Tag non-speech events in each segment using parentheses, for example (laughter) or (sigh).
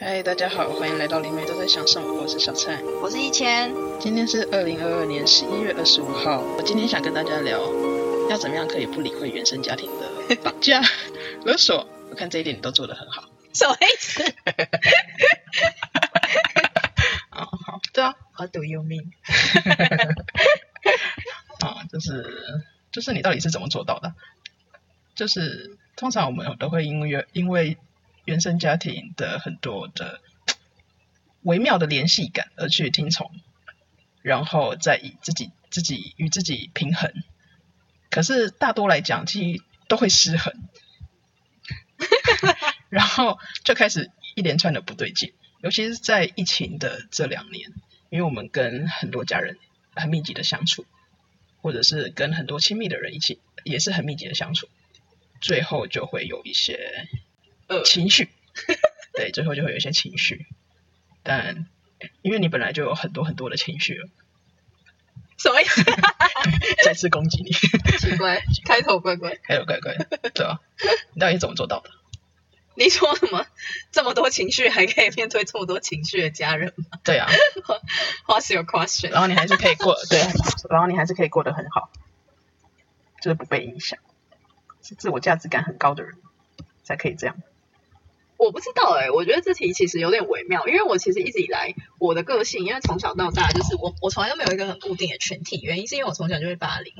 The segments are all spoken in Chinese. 嗨，大家好，欢迎来到灵媒都在想什么，我是小蔡。我是一千，今天是二零二二年十一月二十五号，我今天想跟大家聊，要怎么样可以不理会原生家庭的绑架、勒索。我看这一点你都做得很好。什么意思对啊， ？What do you mean？啊、就是就是你到底是怎么做到的？就是通常我们都会因为因为原生家庭的很多的微妙的联系感而去听从，然后再以自己自己与自己平衡。可是大多来讲，其实都会失衡，然后就开始一连串的不对劲，尤其是在疫情的这两年，因为我们跟很多家人很密集的相处，或者是跟很多亲密的人一起，也是很密集的相处，最后就会有一些呃情绪， (laughs) 对，最后就会有一些情绪，但因为你本来就有很多很多的情绪了，什么意思？再次攻击你， (laughs) 奇怪，开头怪怪。还有乖乖，对啊，你到底怎么做到的？你说什么？这么多情绪还可以面对这么多情绪的家人对啊， ？What's your question？然后你还是可以过， (laughs) 对，啊然后你还是可以过得很好，就是不被影响，是自我价值感很高的人才可以这样。我不知道哎、我觉得这题其实有点微妙，因为我其实一直以来我的个性，因为从小到大就是我我从来都没有一个很固定的群体，原因是因为我从小就被霸凌，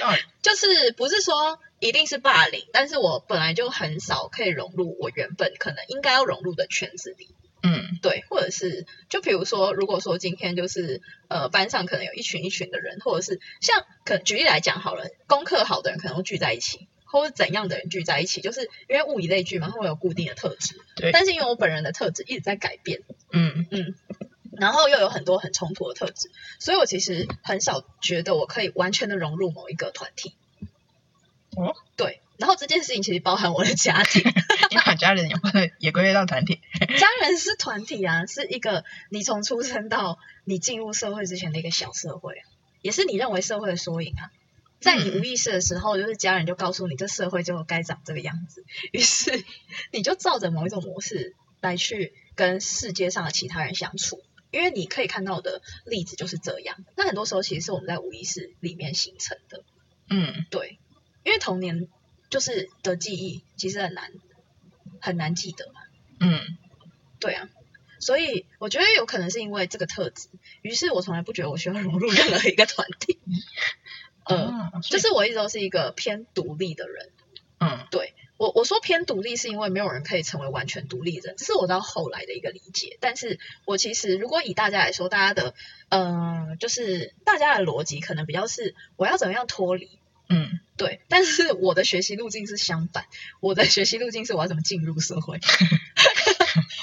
当然就是不是说一定是霸凌，但是我本来就很少可以融入我原本可能应该要融入的圈子里。嗯对，或者是就比如说，如果说今天就是呃班上可能有一群一群的人，或者是像可举例来讲好了，功课好的人可能会聚在一起，或者怎样的人聚在一起，就是因为物以类聚嘛，会有固定的特质。对但是因为我本人的特质一直在改变，嗯，然后又有很多很冲突的特质，所以我其实很少觉得我可以完全的融入某一个团体。哦，对。然后这件事情其实包含我的家庭，你把家人也归类也归类到团体，家人是团体啊，是一个你从出生到你进入社会之前的一个小社会啊，也是你认为社会的缩影啊。在你嗯无意识的时候，就是家人就告诉你这社会就该长这个样子，于是你就照着某一种模式来去跟世界上的其他人相处，因为你可以看到的例子就是这样。那很多时候其实是我们在无意识里面形成的。嗯，对，因为童年就是的记忆其实很难很难记得嘛。嗯，对啊，所以我觉得有可能是因为这个特质，于是我从来不觉得我需要融入任何一个团体。呃，啊就所以是我一直都是一个偏独立的人。嗯我我说偏独立是因为没有人可以成为完全独立的人，这是我到后来的一个理解。但是我其实如果以大家来说，大家的呃，就是大家的逻辑可能比较是我要怎么样脱离，嗯，对，但是我的学习路径是相反， (laughs) 我的学习路径是我要怎么进入社会。 (laughs)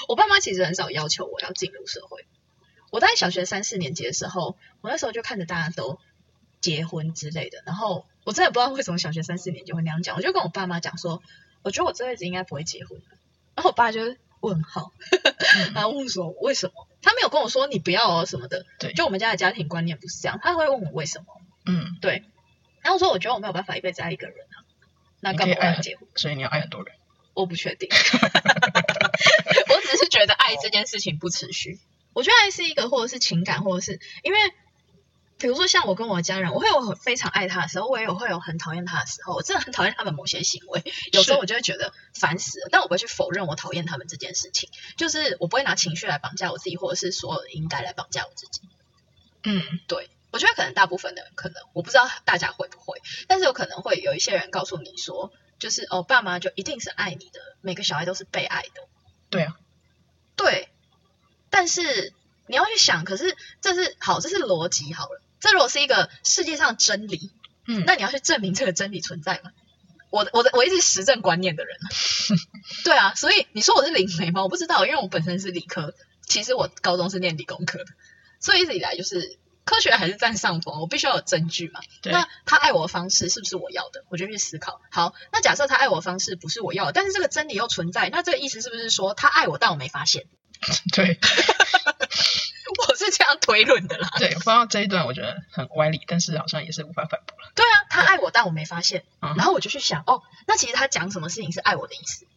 我爸妈其实很少要求我要进入社会。我在小学三四年级的时候，我那时候就看着大家都结婚之类的，然后我真的不知道为什么小学三四年级会那样讲，我就跟我爸妈讲说，我觉得我这辈子应该不会结婚了。然后我爸就是问号，然后问说为什么？他没有跟我说你不要哦什么的，对就我们家的家庭观念不是这样，他会问我为什么。嗯，然后我说我觉得我没有办法一辈子爱一个人啊，那干嘛我要结婚？所以你要爱很多人，我不确定， (laughs) 我只是觉得爱这件事情不持续。我觉得爱是一个，或者是情感，或者是因为，比如说像我跟我的家人，我会有很非常爱他的时候，我也有会有很讨厌他的时候。我真的很讨厌他们某些行为，有时候我就会觉得烦死了，但我不会去否认我讨厌他们这件事情，就是我不会拿情绪来绑架我自己，或者是所有的应该来绑架我自己。嗯对，我觉得可能大部分的人可能我不知道大家会不会，但是有可能会有一些人告诉你说，就是哦，爸妈就一定是爱你的，每个小孩都是被爱的。对啊，对，但是你要去想，可是这是好，这是逻辑好了。这如果是一个世界上真理，嗯那你要去证明这个真理存在吗？我的我的我一直实证观念的人 (laughs) 啊，对啊，所以你说我是灵媒吗？我不知道，因为我本身是理科，其实我高中是念理工科的，所以一直以来就是科学还是占上啊风，我必须要有证据嘛。对那他爱我的方式是不是我要的？我就去思考。好，那假设他爱我的方式不是我要的，但是这个真理又存在，那这个意思是不是说他爱我，但我没发现？ (laughs) (laughs) 对我是这样推论的啦。对，我不知道这一段我觉得很歪理，但是好像也是无法反驳了，对啊，他爱我，但我没发现。嗯然后我就去想，哦，那其实他讲什么事情是爱我的意思？嗯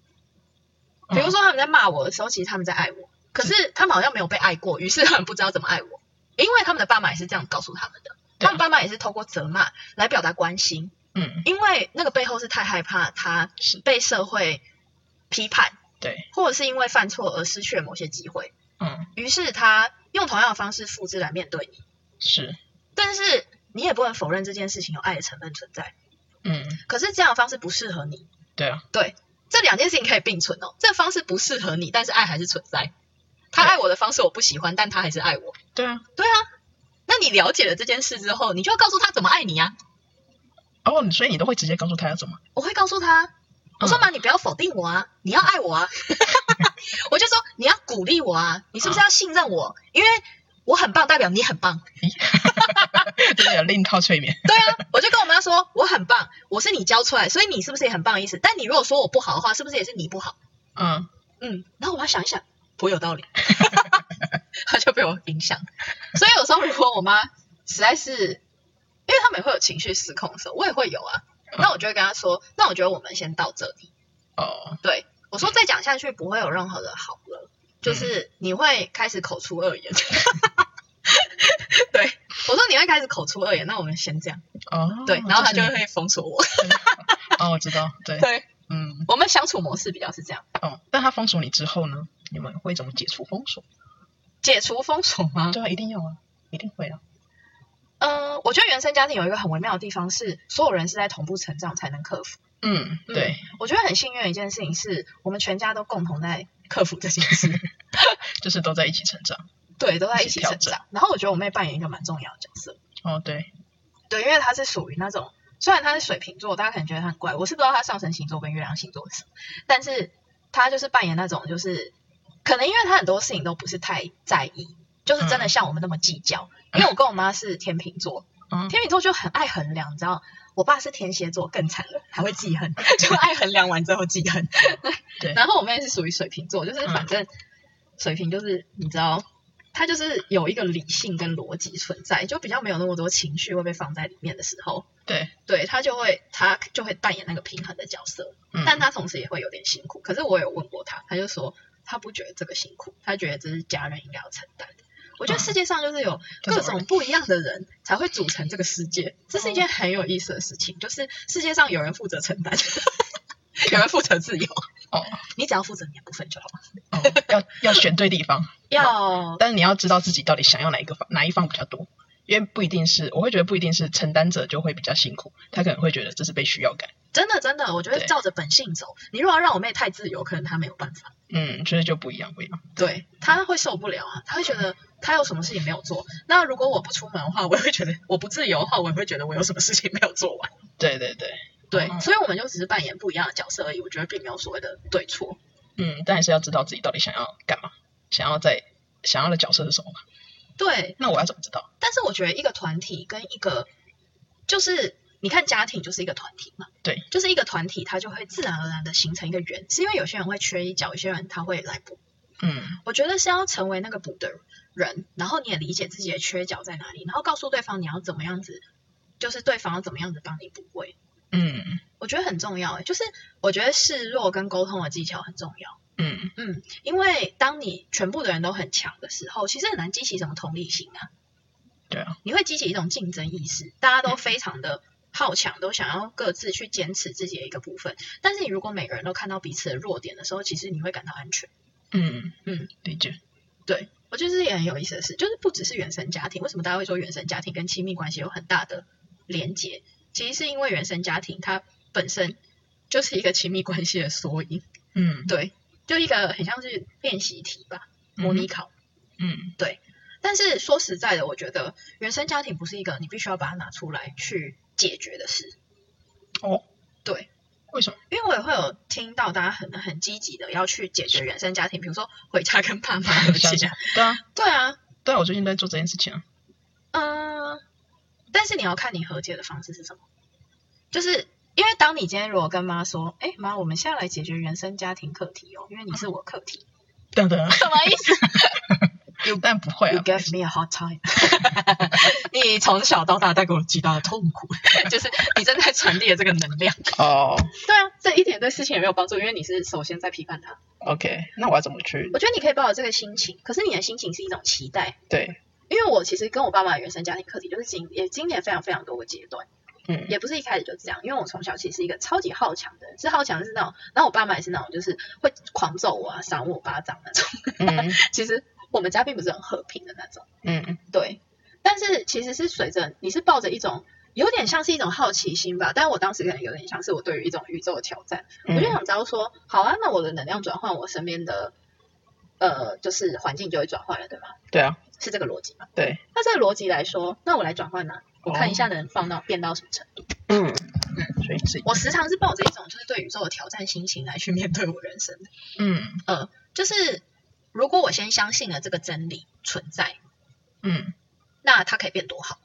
比如说他们在骂我的时候，其实他们在爱我，可是他们好像没有被爱过，嗯于是他们不知道怎么爱我，因为他们的爸妈也是这样告诉他们的，对啊他们爸妈也是透过责骂来表达关心，嗯，因为那个背后是太害怕他是被社会批判，对，或者是因为犯错而失去了某些机会，嗯，于是他用同样的方式复制来面对你，是，但是你也不能否认这件事情有爱的成分存在，嗯，可是这样的方式不适合你，对啊，这两件事情可以并存哦。这个方式不适合你，但是爱还是存在。他爱我的方式我不喜欢，但他还是爱我。对啊。那你了解了这件事之后，你就要告诉他怎么爱你啊。哦，所以你都会直接告诉他要怎么？我会告诉他，嗯我 (laughs) 说嘛，你不要否定我啊，你要爱我啊。 (laughs) 我就说你要鼓励我啊，你是不是要信任我？因为我很棒，代表你很棒。真的有啊另一套催眠。对啊，我就跟我妈说我很棒，我是你教出来，所以你是不是也很棒的意思？但你如果说我不好的话，是不是也是你不好？嗯，嗯，然后我要想一想，颇有道理， (laughs) 他就被我影响。所以有时候如果我妈实在是，因为他们也会有情绪失控的时候，我也会有啊。那我就会跟她说，那我觉得我们先到这里。哦，对我说，再讲下去不会有任何的好了，嗯就是你会开始口出 (laughs) 恶言。对，我说你会开始口出恶言，那我们先这样。哦，对，然后她是就你会封锁我。哦，我知道，对，对，嗯，我们相处模式比较是这样，哦，但他封锁你之后呢？你们会怎么解除封锁？解除封锁吗？对啊，一定要啊，一定会啊。嗯，我觉得原生家庭有一个很微妙的地方是，所有人是在同步成长才能克服。嗯，对，我觉得很幸运的一件事情是，我们全家都共同在克服这件 (laughs) 事，就是都在一起成长。对，都在一一起起调成整长。然后我觉得我妹扮演一个蛮重要的角色，哦，对，对，因为她是属于那种，虽然她是水瓶座，大家可能觉得她很怪，我是不知道她上升星座跟月亮星座是什么，但是她就是扮演那种，就是可能因为她很多事情都不是太在意，就是真的嗯像我们那么计较。因为我跟我妈是天秤座，嗯，天秤座就很爱衡量，你知道，我爸是天蝎座，更惨了，还会记 (laughs) 恨，就爱衡量完之后记 (laughs) 恨。嗯对然后我妹是属于水瓶座，就是反正水瓶就是你知道，他就是有一个理性跟逻辑存在，就比较没有那么多情绪会被放在里面的时候，对，对他就会他就会扮演那个平衡的角色，嗯，但他同时也会有点辛苦。可是我有问过他，他就说他不觉得这个辛苦，他觉得这是家人应该要承担的。我觉得嗯世界上就是有这各种种人不一样的人才会组成这个世界，这是一件很有意思的事情。就是世界上有人负责承担， (laughs) 有人负责自由。哦，你只要负责你的部分就好了。哦要要选对地方，要但是你要知道自己到底想要哪一个方哪一方比较多，因为不一定是，我会觉得不一定是承担者就会比较辛苦，他可能会觉得这是被需要感，真的真的，我觉得对照着本性走。你如果要让我妹太自由，可能她没有办法，嗯，所以就不一样，不一样，对她会受不了啊，她会觉得她有什么事情没有做。那如果我不出门的话，我也会觉得我不自由的话，我也会觉得我有什么事情没有做完。对对对，对，嗯所以我们就只是扮演不一样的角色而已。我觉得并没有所谓的对错。嗯，但还是要知道自己到底想要干嘛，想要在想要的角色是什么嘛？对，那我要怎么知道？但是我觉得一个团体跟一个就是你看家庭就是一个团体嘛，对，就是一个团体，它就会自然而然的形成一个圆，是因为有些人会缺一角，有些人他会来补。嗯，我觉得是要成为那个补的人，然后你也理解自己的缺角在哪里，然后告诉对方你要怎么样子，就是对方要怎么样子帮你补位，嗯我觉得很重要、欸。就是我觉得示弱跟沟通的技巧很重要。嗯，嗯，因为当你全部的人都很强的时候，其实很难激起什么同理心啊。对啊，嗯你会激起一种竞争意识，大家都非常的好强，都想要各自去坚持自己的一个部分。但是你如果每个人都看到彼此的弱点的时候，其实你会感到安全。嗯嗯，理解，对我觉得这是也很有意思的事，就是不只是原生家庭，为什么大家会说原生家庭跟亲密关系有很大的连结？其实是因为原生家庭它本身就是一个亲密关系的缩影，嗯，对，就一个很像是练习题吧，模拟考。嗯，但是说实在的，我觉得原生家庭不是一个你必须要把它拿出来去解决的事，哦，对，为什么？因为我也会有听到大家很很积极的要去解决原生家庭，比如说回家跟爸妈和想解起 (laughs) 啊，对啊，对啊，对啊，我最近在做这件事情啊，嗯、但是你要看你和解的方式是什么，就是。因为当你今天如果跟妈说，哎妈，我们现在来解决原生家庭课题哦，因为你是我课题，等等啊， (laughs) 什么意 (laughs) 思但不会 (laughs) ？You (laughs) 啊， gave me a hard time 。你从小到大带给我巨大的痛苦， (laughs) 就是你正在传递的这个能量。哦，对啊，这一点对事情也没有帮助，因为你是首先在批判他。 OK，那我要怎么去？我觉得你可以抱着这个心情，可是你的心情是一种期待，对，因为我其实跟我爸妈的原生家庭课题就是经也经历了非常非常多个阶段，嗯也不是一开始就这样，因为我从小其实是一个超级好强的人，是好强是那种，然后我爸妈也是那种就是会狂揍我啊、赏我巴掌那种， (laughs) 嗯其实我们家并不是很和平的那种。嗯对，但是其实是随着你是抱着一种有点像是一种好奇心吧，但我当时可能有点像是我对于一种宇宙的挑战，我就嗯，想知道说，好啊，那我的能量转换，我身边的呃就是环境就会转换了，对吗？对啊，是这个逻辑吗？对，那这个逻辑来说，那我来转换呢、我看一下能放到变到什么程度。嗯，所以是我时常是抱着一种就是对宇宙的挑战心情来去面对我人生的，嗯就是如果我先相信了这个真理存在，嗯那它可以变多好。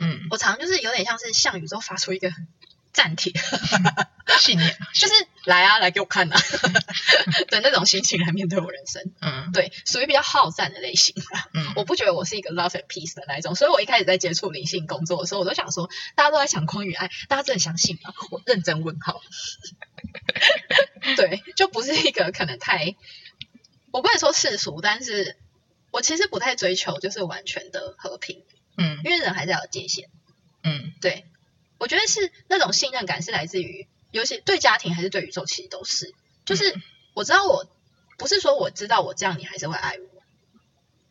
嗯，我常常就是有点像是向宇宙发出一个暂帖，信念， (laughs) 就是来啊，来给我看啊 (laughs) 的那种心情来面对我人生。嗯对，属于比较好战的类型啦。嗯我不觉得我是一个 love and peace 的那一种，所以我一开始在接触灵性工作的时候，我都想说，大家都在想光与爱，大家真的相信吗？我认真问号。 (laughs) 对，就不是一个可能太，我不能说世俗，但是我其实不太追求就是完全的和平，嗯因为人还是要有界限。嗯对，我觉得是那种信任感是来自于，尤其对家庭还是对宇宙，其实都是。就是我知道我不是说我知道我这样你还是会爱我，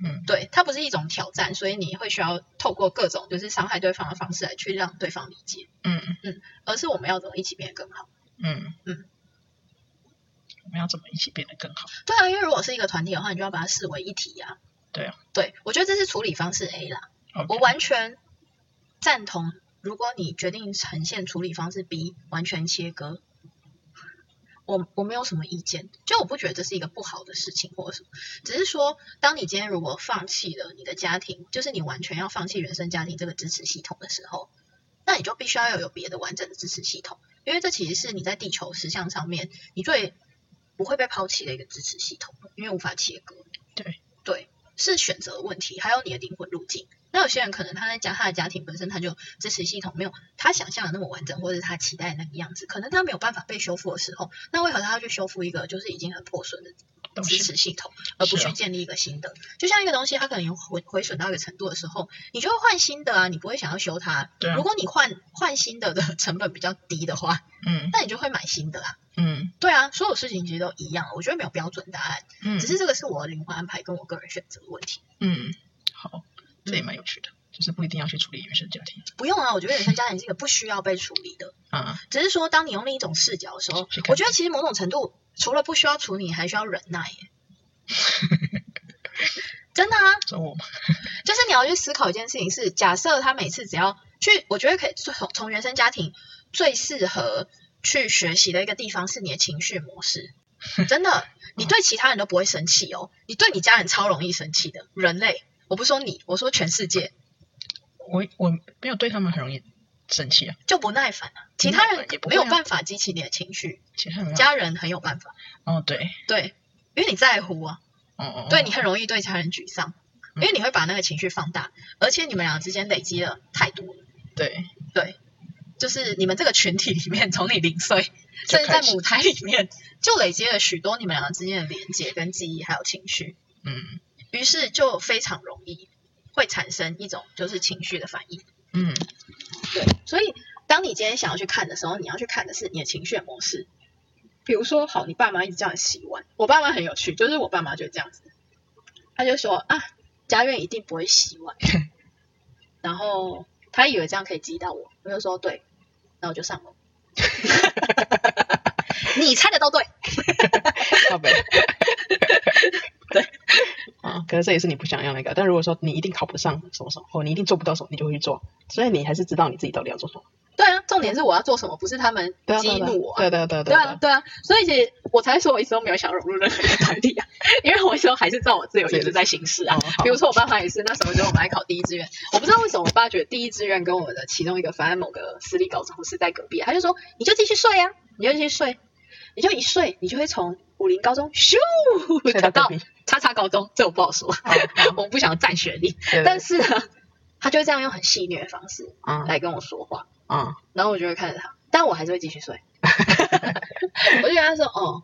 嗯，对，它不是一种挑战，所以你会需要透过各种就是伤害对方的方式来去让对方理解，嗯而是我们要怎么一起变得更好。嗯嗯，我们要怎么一起变得更好？对啊，因为如果是一个团体的话，你就要把它视为一体啊。对啊，对，我觉得这是处理方式 A 啦。 OK 我完全赞同，如果你决定呈现处理方式 B，完全切割，我我没有什么意见，就我不觉得这是一个不好的事情或者什么，只是说，当你今天如果放弃了你的家庭，就是你完全要放弃原生家庭这个支持系统的时候，那你就必须要有有别的完整的支持系统，因为这其实是你在地球实相上面你最不会被抛弃的一个支持系统，因为无法切割。对对，是选择的问题，还有你的灵魂路径。那有些人可能他在家他的家庭本身他就支持系统没有他想象的那么完整，或者是他期待的那个样子，可能他没有办法被修复的时候，那为何他要去修复一个就是已经很破损的东支西持系统，而不是啊去建立一个新的？就像一个东西，它可能有毁毁损到一个程度的时候，你就会换新的啊，你不会想要修它。对啊如果你换换新的的 (laughs) 成本比较低的话，嗯那你就会买新的啊。嗯对啊，所有事情其实都一样，啊我觉得没有标准答案，嗯，只是这个是我的灵魂安排跟我个人选择的问题。嗯，好，这也蛮有趣的，就是不一定要去处理原生家庭不用啊，我觉得原生家庭是一个不需要被处理的，啊，只是说当你用另一种视角的时候是，的我觉得其实某种程度除了不需要处理，还需要忍耐 (laughs) 耶。真的啊，找我嘛，就是你要去思考一件事情是，假设他每次只要去，我觉得可以从从原生家庭最适合去学习的一个地方是你的情绪 (laughs) 模式。真的，你对其他人都不会生气哦，你对你家人超容易生气的。人类，我不说你，我说全世界我我没有对他们很容易生气啊，就不耐烦啊，其不他耐人烦也不没会啊啊有办法激起你的情绪，其他人家人很有办法。哦对，对，因为你在乎啊，哦哦，对你很容易对家人沮丧，因嗯为你会把那个情绪放大，而且你们俩之间累积了太多了。对，就是你们这个群体里面，从你零岁，就甚至在开始母胎里面，就累积了许多你们俩之间的连接、跟记忆，还有情绪，嗯于是就非常容易会产生一种就是情绪的反应。嗯对，所以当你今天想要去看的时候，你要去看的是你的情绪的模式。比如说，好，你爸妈一直叫你洗碗，我爸妈很有趣，就是我爸妈就这样子，他就说啊，家苑一定不会洗碗， (laughs) 然后他以为这样可以激到我，我就说对，然后我就上楼。 (laughs) 你猜的都对，靠北。 (laughs) 对，啊，可是这也是你不想要那个。但如果说你一定考不上什么什么，或你一定做不到什么，你就会去做。所以你还是知道你自己到底要做什么。对啊，重点是我要做什么，不是他们对啊，激怒我啊、对啊对啊对啊对对啊，，对啊，所以其实我才说我一直都没有想融入任何一个团体啊，因为我一直都还是照我自由意志在行事啊哦。好比如说我爸妈也是，那时候就我们来考第一志愿，我不知道为什么我爸觉得第一志愿跟我的其中一个反正某个私立高中是在隔壁啊，他就说你就继续睡啊，你就继续睡，你就一睡你就会从武林高中咻睡到考到隔壁叉叉高中，这我不 (laughs) 好说， (laughs) 好好我不想占学历，对对但是呢，他就会这样用很戏谑的方式啊来跟我说话。啊，然后我就 (laughs) 会看着他，但我还是会继续睡。我就跟他说：“哦，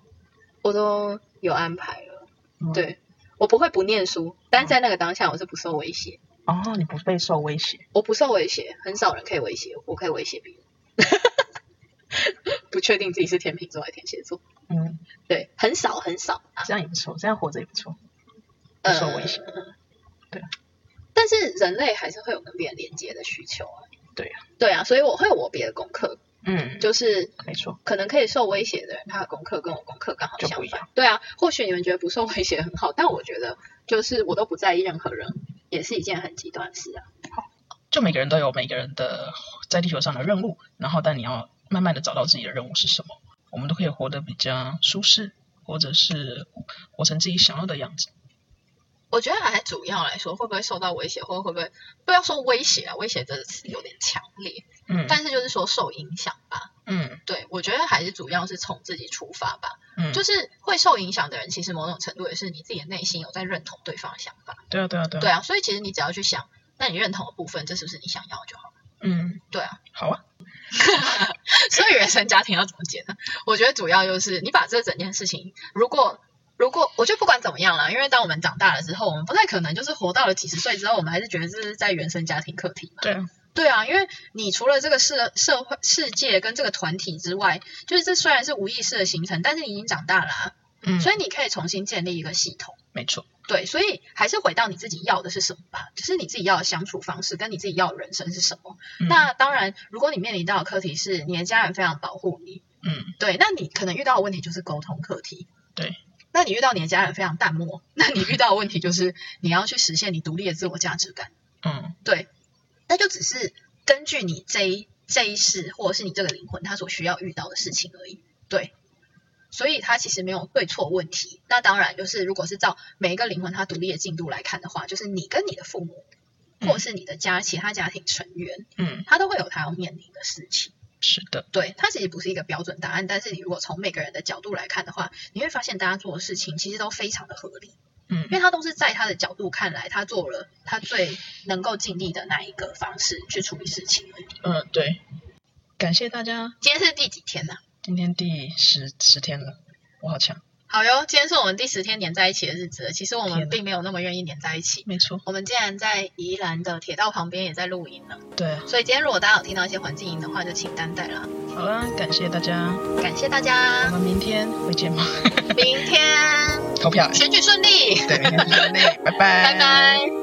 我都有安排了。嗯对我不会不念书，但在那个当下我是不受威胁，哦，你不备受威胁，我不受威胁，很少人可以威胁我，我可以威胁别人。 (laughs) 不确定自己是天秤座还是天蝎座，嗯，对，很少很少啊，这样也不错，这样活着也不错，不呃受威胁。但是人类还是会有跟别人连接的需求啊。对啊，对啊，所以我会有我别的功课，嗯，就是没错，可能可以受威胁的人，他的功课跟我功课刚好就相不一反。对啊，或许你们觉得不受威胁很好，但我觉得就是我都不在意任何人，也是一件很极端的事啊。就每个人都有每个人的在地球上的任务，然后但你要慢慢的找到自己的任务是什么，我们都可以活得比较舒适，或者是活成自己想要的样子。我觉得还主要来说，会不会受到威胁，或会不会不要说威胁啊，威胁这个词有点强烈，嗯但是就是说受影响吧。嗯对，我觉得还是主要是从自己出发吧。嗯，就是会受影响的人，其实某种程度也是你自己的内心有在认同对方的想法。对啊对啊对啊，对啊，所以其实你只要去想，那你认同的部分，这是不是你想要的就好了？ (laughs) 嗯，对啊，好啊，所以原生家庭要怎么解呢？我觉得主要就是你把这整件事情，如果如果我觉得不管怎么样啦，因为当我们长大了之后，我们不太可能就是活到了几十岁之后，我们还是觉得这是在原生家庭课题嘛。对啊，对啊，因为你除了这个社社会世界跟这个团体之外，就是这虽然是无意识的形成，但是你已经长大了、啊，嗯，所以以你可以重新建立一个系统。没错，对，所以还是回到你自己要的是什么吧，就是你自己要的相处方式跟你自己要的人生是什么。嗯那当然，如果你面临到的课题是你的家人非常保护你，嗯对，那你可能遇到的问题就是沟通课题。对，那你遇到你的家人非常淡漠，那你遇到的问题就是你要去实现你独立的自我价值感。嗯对，那就只是根据你这一这一世或者是你这个灵魂他所需要遇到的事情而已。对，所以它其实没有对错问题。那当然就是，如果是照每一个灵魂它独立的进度来看的话，就是你跟你的父母。嗯或者是你的家其他家庭成员，嗯，他都会有他要面临的事情。是的，对，它其实不是一个标准答案，但是你如果从每个人的角度来看的话，你会发现大家做的事情其实都非常的合理。嗯因为他都是在他的角度看来，他做了他最能够尽力的那一个方式去处理事情而已。嗯、对，感谢大家，今天是第几天呢、今天第十十天了，我好强，好哟，今天是我们第十天黏在一起的日子了。其实我天们哪并没有那么愿意黏在一起，没错，我们竟然在宜兰的铁道旁边也在露营呢。对啊，所以今天如果大家有听到一些环境音的话，就请担待啦。好啦，感谢大家，感谢大我家，们明天会见 (laughs) 吗？明天投票，选举顺利，对，明天见，拜拜，拜拜。